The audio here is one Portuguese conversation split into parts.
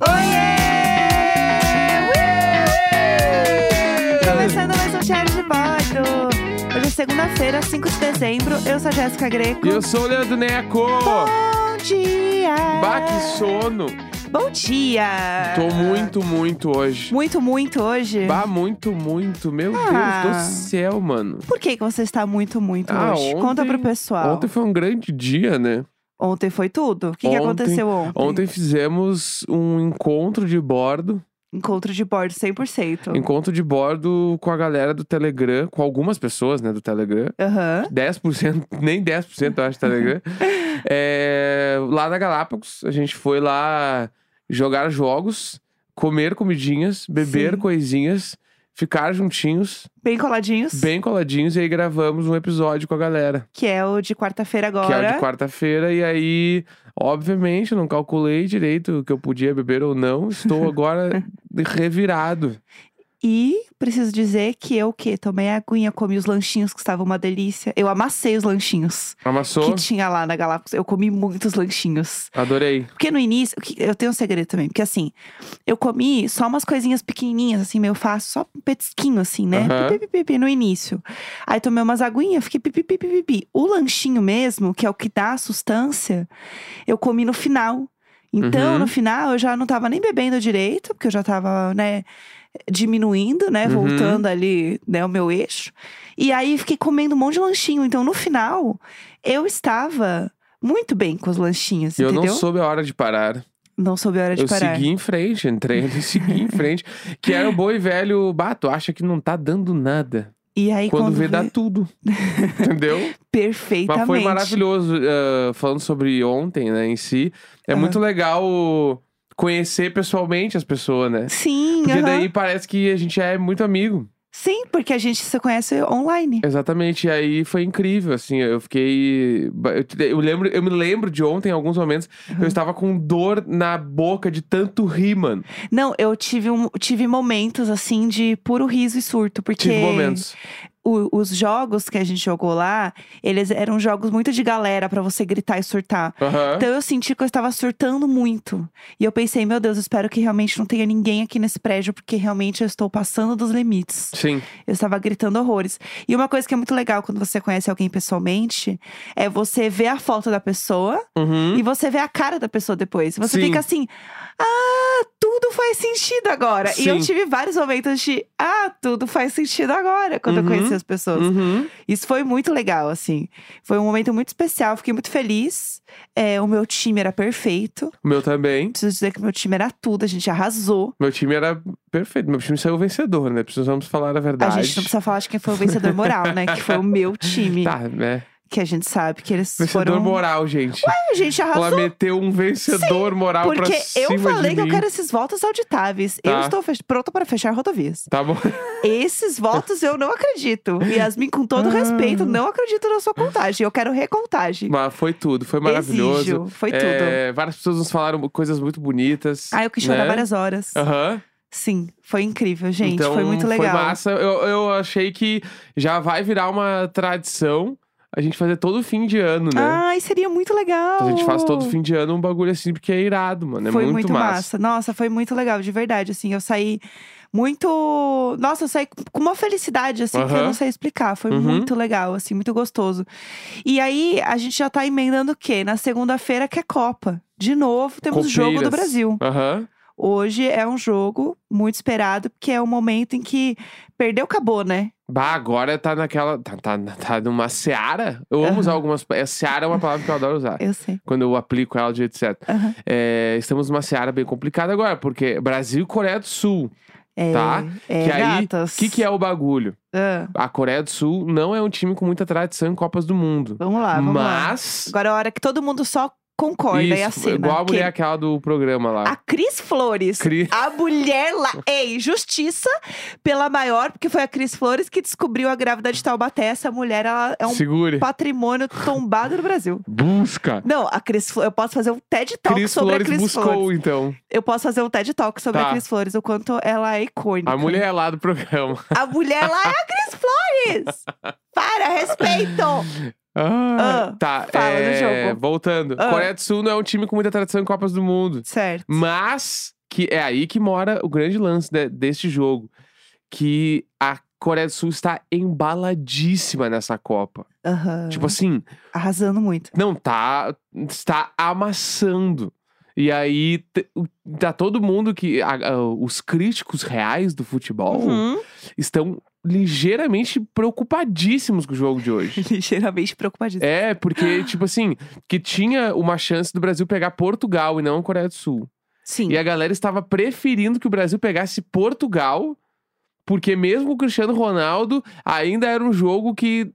um é segunda-feira, 5 de dezembro. Eu sou a Jéssica Greco. E eu sou o Leandro Neco. Bom dia! Bah, que sono. Bom dia! Tô muito, muito hoje. Muito, muito hoje? Bah, muito, muito. Meu Ah. Deus do céu, mano. Por que, que você está muito, muito Ah, hoje? Conta ontem- pro pessoal. Ontem foi um grande dia, né? Ontem foi tudo? O que, que Ontem- aconteceu ontem? Ontem fizemos um encontro de bordo. Encontro de bordo 100%. Encontro de bordo com a galera do Telegram, com algumas pessoas, né, do Telegram. Aham. 10%, nem 10% eu acho, do Telegram. É, lá na Galápagos, a gente foi lá jogar jogos, comer comidinhas, beber Sim. coisinhas, ficar juntinhos, Bem coladinhos. bem coladinhos, e aí gravamos um episódio com a galera. Que é o de quarta-feira agora. Que é o de quarta-feira, e aí, obviamente, eu não calculei direito o que eu podia beber ou não. Estou agora revirado. E preciso dizer que eu o quê? Tomei a aguinha, comi os lanchinhos que estavam uma delícia. Eu amassei os lanchinhos Amassou? que tinha lá na Galápagos. Eu comi muitos lanchinhos. Adorei. Porque no início, o que- eu tenho um segredo também, porque assim, eu comi só umas coisinhas pequenininhas, assim, meio fácil, só um petisquinho, assim, né? Aham. Pipi, pipi, pipi, no início. Aí tomei umas aguinhas, fiquei pipi, pipi, pipi, pipi. O lanchinho mesmo, que é o que dá a sustância, eu comi no final. Então, Uhum. no final, eu já não tava nem bebendo direito, porque eu já tava, né, diminuindo, né, Uhum. voltando ali, né, o meu eixo. E aí, fiquei comendo um monte de lanchinho. Então, no final, eu estava muito bem com os lanchinhos, E eu entendeu? não soube a hora de parar. Não soube a hora de eu parar. segui em frente, entrei ali, segui em frente. Que era o boi velho bato, acha que não tá dando nada. E aí, quando quando, tá vê, dá vi- tudo. Entendeu? perfeitamente. Mas foi maravilhoso. ah, falando sobre ontem, né, em si. É Aham. muito legal conhecer pessoalmente as pessoas, né? Sim, Porque aham. daí parece que a gente é muito amigo. Sim, porque a gente se conhece online. Exatamente, e aí foi incrível, assim, eu fiquei. ba- Eu, te- eu lembro, eu me lembro de ontem, em alguns momentos, Aham. eu estava com dor na boca de tanto rir, mano. Não, eu tive, um, tive momentos assim de puro riso e surto, porque Tive momentos. o- os jogos que a gente jogou lá, eles eram jogos muito de galera pra você gritar e surtar. Aham. Então eu senti que eu estava surtando muito. E eu pensei, meu Deus, eu espero que realmente não tenha ninguém aqui nesse prédio, porque realmente eu estou passando dos limites. Sim. Eu estava gritando horrores. E uma coisa que é muito legal quando você conhece alguém pessoalmente é você ver a foto da pessoa Uhum. e você ver a cara da pessoa depois. Você Sim. fica assim, ah, tudo faz sentido agora. E eu Sim. tive vários momentos de, ah, tudo faz sentido agora quando Uhum. eu conheci as pessoas. Uhum. Isso foi muito legal, assim. Foi um momento muito especial, fiquei muito feliz. É, o meu time era perfeito. O meu também. Preciso dizer que o meu time era tudo, a gente arrasou. Meu time era perfeito. Meu time saiu vencedor, né? Precisamos falar a A verdade. gente não precisa falar de quem foi o vencedor moral, né? Que foi o meu time. Tá, né? Que a gente sabe que eles Vencedor foram. moral, gente. A gente arrasou. Ela meteu um vencedor moral pra Porque cima eu falei de que eu mim. quero esses votos auditáveis. Tá. Eu estou fe- pronta para fechar rodovias. Tá bom. Esses votos eu não acredito. Yasmin, com todo Ah. respeito, não acredito na sua contagem. Eu quero recontagem. Mas foi tudo, foi maravilhoso. Exijo. Foi tudo. É, várias pessoas nos falaram coisas muito bonitas. Ah, eu quis chorar né? várias horas. Aham. Sim, foi incrível, gente. então, foi muito legal. Foi massa. Eu, eu achei que já vai virar uma tradição a gente fazer todo fim de ano, né? Então, Ai, seria muito legal. a gente faz todo fim de ano um bagulho assim, porque é irado, mano. É Oh. foi muito, massa. massa. Nossa, foi muito legal, de verdade. Assim, eu saí muito. Nossa, eu saí com uma felicidade, assim, que eu Aham. não sei explicar. Foi Uhum. muito legal, assim, muito gostoso. E aí, a gente já tá emendando o quê? Na segunda-feira, que é Copa. De novo, temos jogo do Copeiras. Brasil. Aham. Hoje é um jogo muito esperado, porque é o momento em que perdeu, acabou, né? Bah, agora tá naquela. Tá, tá, tá numa seara. Eu amo Aham. usar algumas. É, seara é uma palavra que eu adoro usar. Eu sei. Quando eu aplico ela de jeito certo. Aham. É, estamos numa seara bem complicada agora, porque Brasil e Coreia do Sul. É, Tá. é, que aí, gatas. o que, que é o bagulho? Ah, A Coreia do Sul não é um time com muita tradição em Copas do Mundo. vamos lá, Ah, vamos lá. mas. Agora é a hora que todo mundo só concorda e Isso, assina. igual é assim, a né? que mulher aquela do programa lá. A Cris Flores. Cri- A mulher lá. Ei, justiça pela maior, porque foi a Cris Flores que descobriu a grávida de Taubaté. Essa mulher, ela é um Segure. patrimônio tombado no Brasil. Busca. Não, a Cris Flores. Eu posso fazer um TED Talk Cris sobre Flores a Cris buscou, Flores. então. Eu posso fazer um TED Talk sobre Tá. a Cris Flores, o quanto ela é icônica. A mulher lá do programa. A mulher lá é a Cris Flores! Para, respeito! Ah, Ah, tá, fala do é, jogo. voltando. Ah. Coreia do Sul não é um time com muita tradição em Copas do Mundo. Certo. Mas que é aí que mora o grande lance de- deste jogo. Que a Coreia do Sul está embaladíssima nessa Copa. Aham. Tipo assim, Arrasando muito. não, tá. Está amassando. E aí, t- tá todo mundo que. a- a- os críticos reais do futebol Uhum. estão ligeiramente preocupadíssimos com o jogo de hoje. Ligeiramente preocupadíssimo. É, porque, tipo assim, que tinha uma chance do Brasil pegar Portugal e não a Coreia do Sul. Sim. E a galera estava preferindo que o Brasil pegasse Portugal, porque mesmo o Cristiano Ronaldo ainda era um jogo que,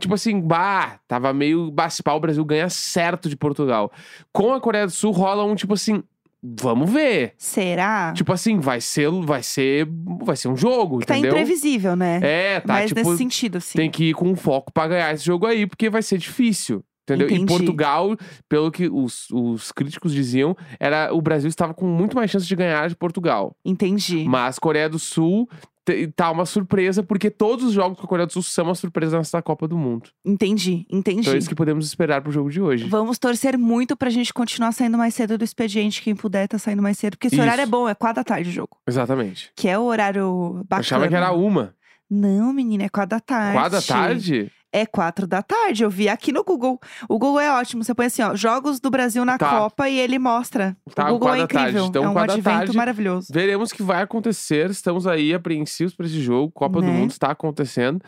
tipo assim, bah, tava meio baspal, o Brasil ganha certo de Portugal. Com a Coreia do Sul rola um tipo assim, vamos ver. Será? Tipo assim, vai ser, vai ser, vai ser um jogo, que tá entendeu? imprevisível, né? É, tá Mas tipo nesse sentido, assim. tem que ir com foco pra ganhar esse jogo aí, porque vai ser difícil. Entendeu? E Entendi. Portugal, pelo que os, os críticos diziam, era o Brasil estava com muito mais chance de ganhar de Portugal. Entendi. Mas Coreia do Sul te- tá uma surpresa, porque todos os jogos com a Coreia do Sul são uma surpresa nessa Copa do Mundo. Entendi, entendi. Então é isso que podemos esperar pro jogo de hoje. Vamos torcer muito pra gente continuar saindo mais cedo do expediente. Quem puder tá saindo mais cedo, porque esse Isso. horário é bom, é quatro da tarde o jogo. Exatamente. Que é o horário bacana. Achava que era uma. Não, menina, é quatro da tarde. Quatro da tarde? É quatro da tarde, eu vi aqui no Google. O Google é ótimo, você põe assim, ó, Jogos do Brasil na Tá. Copa e ele mostra. Tá, o Google é quatro da tarde. incrível, Então, é um quatro da advento tarde. maravilhoso. Veremos o que vai acontecer. Estamos aí apreensivos pra esse jogo. Copa do Né? Mundo está acontecendo.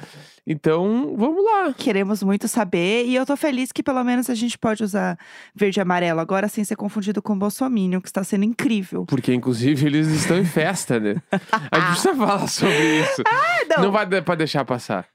Então, vamos lá. Queremos muito saber e eu tô feliz que pelo menos a gente pode usar verde e amarelo agora sem ser confundido com bolsominion, que está sendo incrível. Porque, inclusive, eles estão em festa, né? A gente precisa falar sobre isso. Ah, não. vai dar pra deixar passar.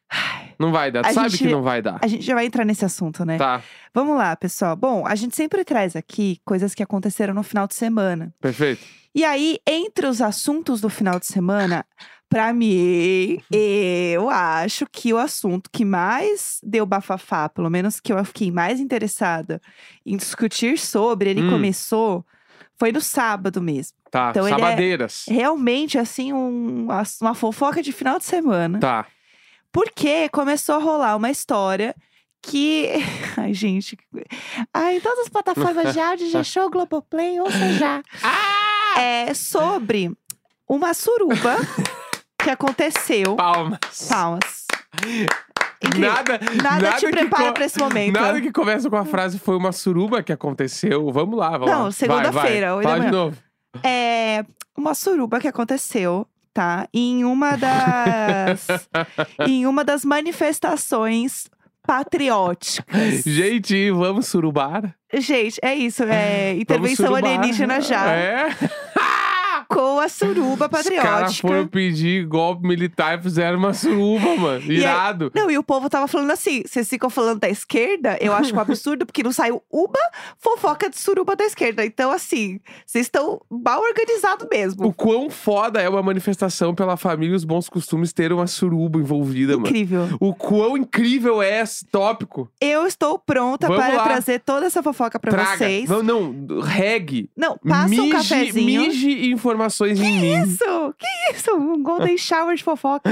Não vai dar. Tu A Sabe gente- que não vai dar. A gente já vai entrar nesse assunto, né? Tá, Vamos lá, pessoal. Bom, a gente sempre traz aqui coisas que aconteceram no final de semana. perfeito. E aí, entre os assuntos do final de semana, pra mim, eu acho que o assunto que mais deu bafafá, pelo menos que eu fiquei mais interessada em discutir sobre, ele Hum. começou, foi no sábado mesmo. Tá, Então ele é- sabadeiras. Realmente, assim, um- uma fofoca de final de semana. Tá. Porque começou a rolar uma história que. Ai, gente. Ai, em todas as plataformas já, de G-Show, Globoplay, ouça já. Ah! É sobre uma suruba que aconteceu. Palmas. Palmas. Incrível. Então- Nada, Nada, te que prepara co- pra esse momento. Nada que começa com a frase foi uma suruba que aconteceu. Vamos lá, vamos lá. Não, segunda-feira, Vai, oito da vai. Fala de manhã. novo. É uma suruba que aconteceu, tá? Em uma das. em uma das manifestações patrióticas. Gente, vamos surubar? Gente, é isso. É intervenção vamos surubar. alienígena já. É. Com a suruba Os caras patriótica. foram pedir golpe militar e fizeram uma suruba, mano. aí- Irado. Não, e o povo tava falando assim, vocês ficam falando da esquerda, eu acho um absurdo, porque não saiu uma fofoca de suruba da esquerda. Então, assim, vocês estão mal organizados mesmo. O quão foda é uma manifestação pela família e os bons costumes ter uma suruba envolvida, mano. Incrível. O quão incrível é esse tópico. Eu estou pronta Vamos para lá. trazer toda essa fofoca pra Traga. vocês. Não, não, regue. Não, passa mije, um cafezinho. mije informações em mim. Isso! Que isso? Um golden shower de fofoca.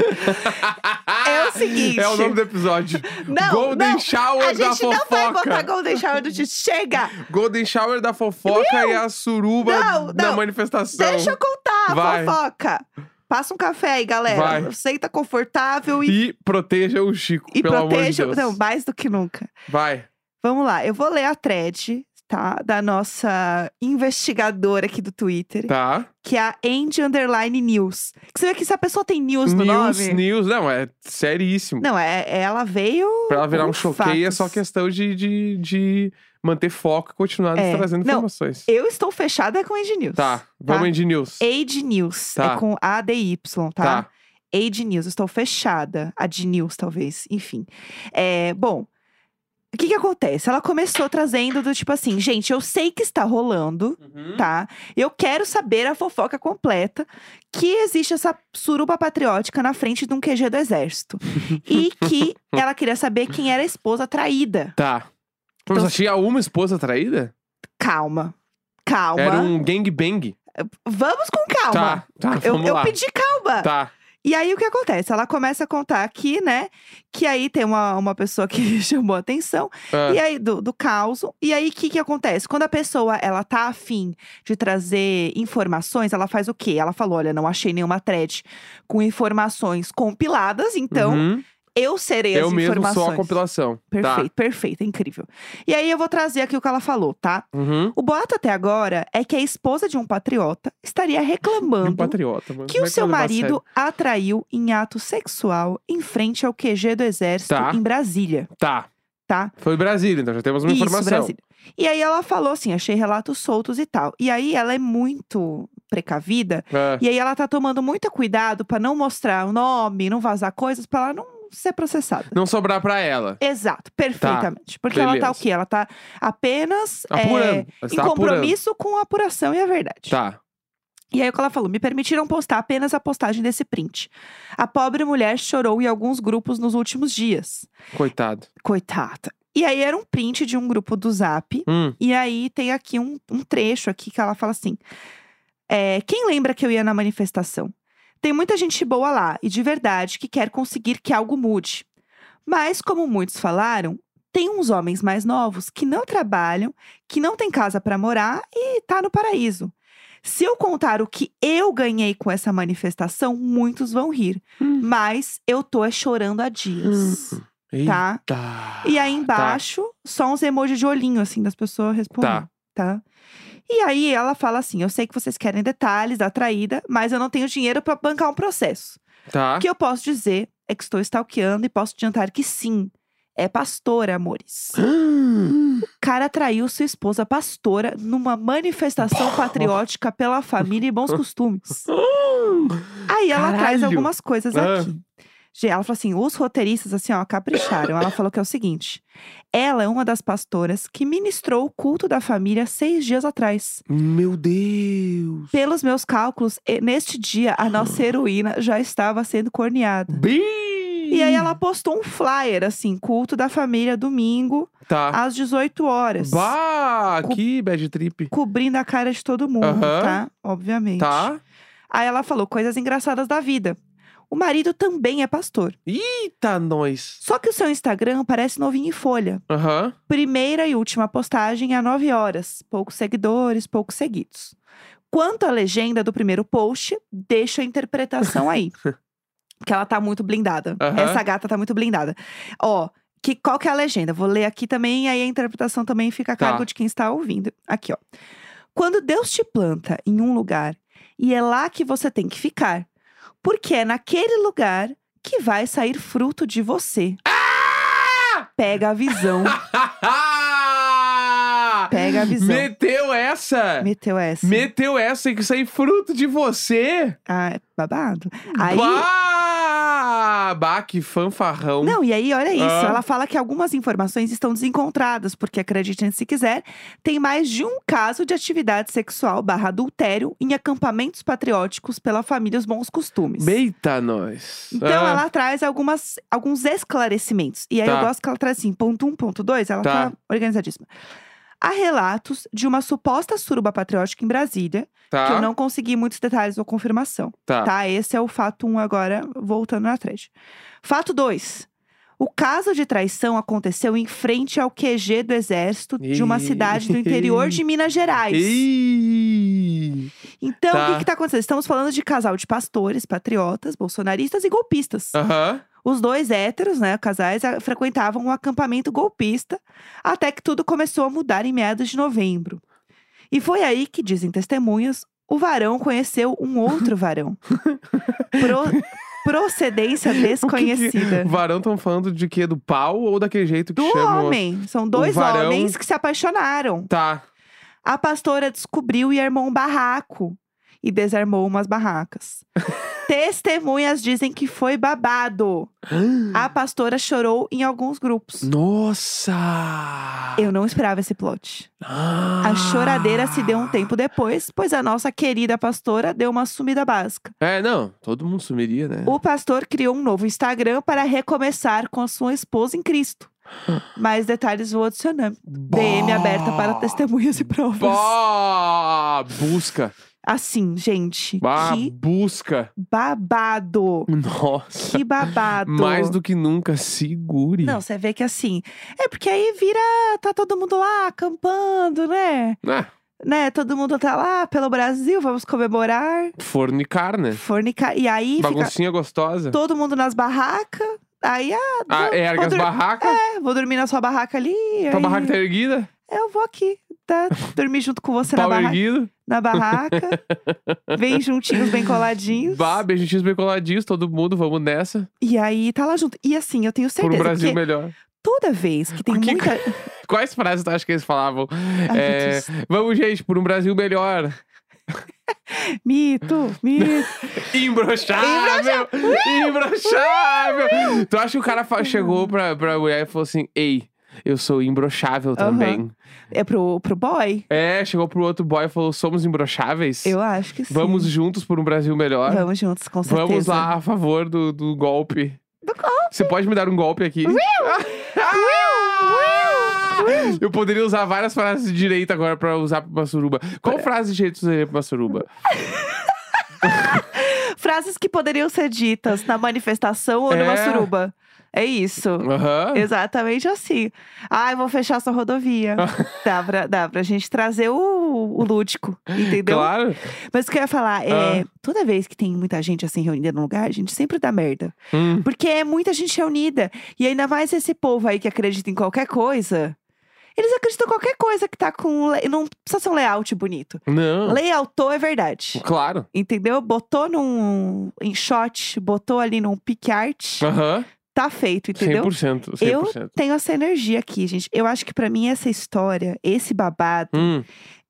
É o seguinte. É o nome do episódio. Não, Golden não, Shower A da gente não fofoca. vai botar golden shower do tipo, chega! Golden Shower da fofoca e a suruba Não, da não. manifestação. Deixa eu contar, a Vai. fofoca. Passa um café aí, galera. Vai. Senta confortável e, E proteja o Chico, e pelo proteja. amor de não, Deus. mais do que nunca. Vai. Vamos lá, eu vou ler a thread, tá? Da nossa investigadora aqui do Twitter, Tá. que é a Andy Underline News. Que você vê que se a pessoa tem news, no news, nome. news. Não, é seríssimo. Não, é, ela veio. Pra ela virar um com choqueio é só fatos. questão de, de, de manter foco e continuar nos É, trazendo não, informações. Eu estou fechada com Andy News. Tá, vamos em de news. Age News. Tá. É com A-D-Y, Tá. Age News, estou fechada. A de News, talvez, enfim. É, bom, o que que acontece? Ela começou trazendo do tipo assim, gente, eu sei que está rolando, Hum. tá? Eu quero saber a fofoca completa que existe essa suruba patriótica na frente de um QG do Exército. e que ela queria saber quem era a esposa traída. Tá. Pô, Então- Você tinha uma esposa traída? Calma, calma. Era um gangbang? Vamos com calma. Tá, tá, eu vamos eu lá. pedi calma. Tá, E aí o que acontece? Ela começa a contar aqui, né? Que aí tem uma, uma pessoa que chamou a atenção. Ah, E aí, do, do caos. E aí, o que que acontece? Quando a pessoa, ela tá afim de trazer informações, ela faz o quê? Ela falou, olha, não achei nenhuma thread com informações compiladas, então uhum. eu serei eu as mesmo informações. sou a compilação. Tá. Perfeito, perfeito, é incrível. E aí, eu vou trazer aqui o que ela falou, tá? Tá. Uhum. O boato até agora é que a esposa de um patriota estaria E um reclamando patriota, mano. que Como é o seu eu vou levar a marido atraiu em ato sexual em frente ao QG do Exército Tá. em Brasília, sério? Tá. tá? Foi Brasília, então já temos uma Isso, informação. Brasília. E aí ela falou assim, achei relatos soltos e tal. E aí ela é muito precavida. Ah, E aí ela tá tomando muito cuidado pra não mostrar o nome, não vazar coisas, pra ela não ser processada. Não sobrar pra ela. Exato, perfeitamente. Porque ela tá o Tá. beleza. quê? Ela tá apenas é, Apurando. em Você tá apurando. compromisso com a apuração e a verdade. Tá. E aí o que ela falou? Me permitiram postar apenas a postagem desse print. A pobre mulher chorou em alguns grupos nos últimos dias. Coitado. Coitada. E aí era um print de um grupo do Zap Hum. E aí tem aqui um, um trecho aqui que ela fala assim: é, quem lembra que eu ia na manifestação? Tem muita gente boa lá e de verdade que quer conseguir que algo mude. Mas, como muitos falaram, tem uns homens mais novos que não trabalham, que não tem casa pra morar e tá no paraíso. Se eu contar o que eu ganhei com essa manifestação, muitos vão rir. Hum. Mas eu tô é chorando há dias, Eita. tá? E aí Tá. embaixo, só uns emojis de olhinho, assim, das pessoas respondendo. Tá. E aí ela fala assim: eu sei que vocês querem detalhes da traída, mas eu não tenho dinheiro pra bancar um processo. Tá. O que eu posso dizer é que estou stalkeando e posso adiantar que sim. É pastora, amores. Hum. O cara traiu sua esposa pastora numa manifestação patriótica pela família e bons costumes. Aí ela traz Caralho! algumas coisas Ah. aqui. Gê, Ela falou assim: os roteiristas, assim, ó, capricharam. Ela falou que é o seguinte: ela é uma das pastoras que ministrou o culto da família seis dias atrás. Meu Deus. Pelos meus cálculos, e- neste dia, a Hum. nossa heroína já estava sendo corneada. Bem... E aí ela postou um flyer, assim, culto da família, domingo, Tá. às 18 horas. Bah, Co- que bad trip. Cobrindo a cara de todo mundo, Aham. tá? Obviamente. Tá. Aí ela falou coisas engraçadas da vida. O marido também é pastor. Eita, nós. Só que o seu Instagram parece novinho em folha. Aham. Primeira e última postagem a 9 horas. Poucos seguidores, poucos seguidos. Quanto à legenda do primeiro post, deixa a interpretação aí. Porque ela tá muito blindada. Aham. Essa gata tá muito blindada. Ó, que, qual que é a legenda? Vou ler aqui também, aí a interpretação também fica a Tá. cargo de quem está ouvindo. Aqui, ó. Quando Deus te planta em um lugar, e é lá que você tem que ficar. Porque é naquele lugar que vai sair fruto de você. Ah! Pega a visão. Pega a visão. Meteu essa. Meteu essa. Meteu essa que sai fruto de você. Ah, é babado. Aí. Bah, bah que fanfarrão. Não, e aí, olha isso. Ah. Ela fala que algumas informações estão desencontradas, porque acreditem se quiser, tem mais de um caso de atividade sexual barra adultério em acampamentos patrióticos pela família Os Bons Costumes. Eita, nós. Então Ah, ela traz algumas, alguns esclarecimentos. E aí Tá. eu gosto que ela traz assim, ponto um, ponto dois, ela Tá. tá. organizadíssima. Há relatos de uma suposta suruba patriótica em Brasília, tá, que eu não consegui muitos detalhes ou confirmação. tá. Tá, esse é o fato um agora, voltando na thread. Fato dois O caso de traição aconteceu em frente ao QG do Exército de uma cidade do interior de Minas Gerais. Ih. Então, o Tá. que que tá acontecendo? Estamos falando de casal de pastores, patriotas, bolsonaristas e golpistas. Aham. Os dois héteros, né, casais, a- frequentavam um acampamento golpista até que tudo começou a mudar em meados de novembro. E foi aí que, dizem testemunhas, o varão conheceu um outro varão. Pro- procedência desconhecida. O varão estão falando de quê? Do pau ou daquele jeito que Do chamam? homem. São dois varão- homens que se apaixonaram. Tá. A pastora descobriu e armou um barraco. E desarmou umas barracas. Testemunhas dizem que foi babado. A pastora chorou em alguns grupos. Nossa! Eu não esperava esse plot. Ah. A choradeira se deu um tempo depois, pois a nossa querida pastora deu uma sumida básica. É, não. Todo mundo sumiria, né? O pastor criou um novo Instagram para recomeçar com a sua esposa em Cristo. Mais detalhes vou adicionando. DM aberta para testemunhas e provas. Bah! Busca. Assim, gente, Bah, que busca. babado. Nossa. Que babado. Mais do que nunca, segure. Não, você vê que assim. É porque aí vira. Tá todo mundo lá acampando, né? Ah, Né? Todo mundo tá lá pelo Brasil, vamos comemorar. fornicar, né? Fornicar. E aí fica Baguncinha gostosa. todo mundo nas barracas. Aí, ah, Ah, vou- é, ergue vou as dur- barracas. é, vou dormir na sua barraca ali. Tua É, aí barraca tá erguida. Eu vou aqui, tá? Dormir junto com você na pau barraca. erguido. Na barraca. Bem juntinhos, bem coladinhos. Bah, beijinhos bem coladinhos, todo mundo, vamos nessa. E aí tá lá junto. E assim, eu tenho Por um certeza. Brasil porque melhor. toda vez que tem Porque- muita. Quais frases tu acha que eles falavam? Ai, meu É, Deus. Vamos, gente, por um Brasil melhor. Mito, mito. Imbrochável! Imbrochável! tu acha que o cara fa- chegou pra, pra mulher e falou assim: Ei, eu sou imbrochável também. É pro, pro boy? É, chegou pro outro boy e falou: Somos imbrocháveis? Eu acho que sim. Vamos juntos por um Brasil melhor. Vamos juntos, com certeza. Vamos lá a favor do, do golpe. Do Você pode me dar um golpe aqui? Ah! Eu poderia usar várias frases de direita agora pra usar pra uma suruba. Qual frase de direita você usaria pra uma suruba? Frases que poderiam ser ditas na manifestação ou numa É. suruba. É isso. Aham. Exatamente assim. Ai, vou fechar essa rodovia. dá, pra, dá pra gente trazer o, o lúdico, entendeu? Claro. Mas o que eu ia falar é: toda vez que tem muita gente assim reunida num lugar, a gente sempre dá merda. Hum. Porque é muita gente reunida. E ainda mais esse povo aí que acredita em qualquer coisa. Eles acreditam em qualquer coisa que tá com. le- Não precisa ser um layout bonito. Não. Layoutou é verdade. Claro. Entendeu? Botou num enshot, botou ali num pick art, Aham. tá feito, entendeu? 100%. 100%. Eu tenho essa energia aqui, gente. Eu acho que pra mim essa história, esse babado, Hum.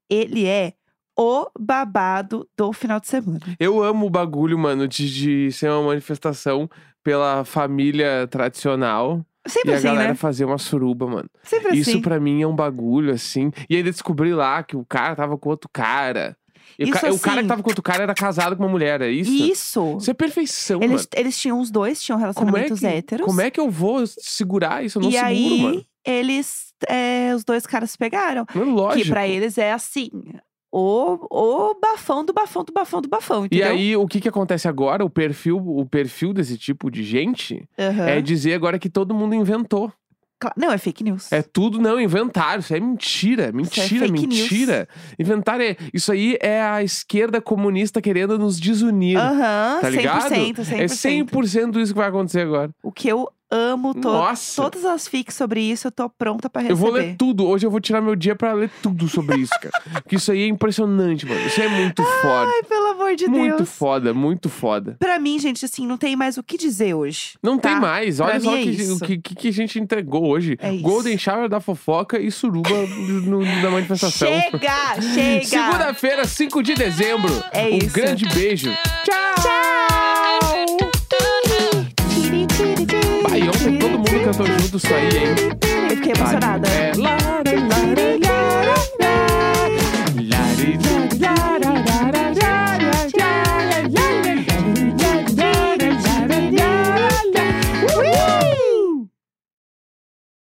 ele é o babado do final de semana. Eu amo o bagulho, mano, de, de ser uma manifestação pela família tradicional Sempre e a assim, galera né? fazer uma suruba, mano. Sempre Isso assim. pra mim é um bagulho, assim. E ainda descobri lá que o cara tava com outro cara. E o, Isso ca- o cara assim- que tava com outro cara era casado com uma mulher, é isso? Isso. Isso é perfeição, Eles, mano. eles tinham os dois, tinham Como é, relacionamentos que, héteros. como é que eu vou segurar isso? Eu não e seguro, aí, mano. eles, é, os dois caras se pegaram. Não é lógico. Que pra eles é assim, o, o bafão do bafão do bafão do bafão, E entendeu? aí, o que que acontece agora? O perfil, o perfil desse tipo de gente Aham. é dizer agora que todo mundo inventou. Cla- Não, é fake news. É tudo, não, inventaram. Isso é mentira, mentira, fake news. mentira. Inventaram é. Isso aí é a esquerda comunista querendo nos desunir. Aham, Tá ligado? 100%, 100%. É 100% isso que vai acontecer agora. O que eu amo to Nossa! Todas as fics sobre isso eu tô pronta pra receber. Eu vou ler tudo. Hoje eu vou tirar meu dia pra ler tudo sobre isso, cara. Porque isso aí é impressionante, mano. Isso é muito foda. Ai, pelo amor de muito Deus. foda, muito foda. Pra mim, gente, assim, não tem mais o que dizer hoje. Não tem Tá. mais. Pra Olha mim só é que- isso. o que, que, que a gente entregou hoje. É isso. Golden Shower da fofoca e suruba no- no- da manifestação. Chega, chega. Segunda-feira, 5 de dezembro. É um isso. grande beijo. Tchau. Baião, todo mundo cantou junto isso aí, hein? Eu é. fiquei emocionada. É. Lari, lari, lari, lari, lari, lari.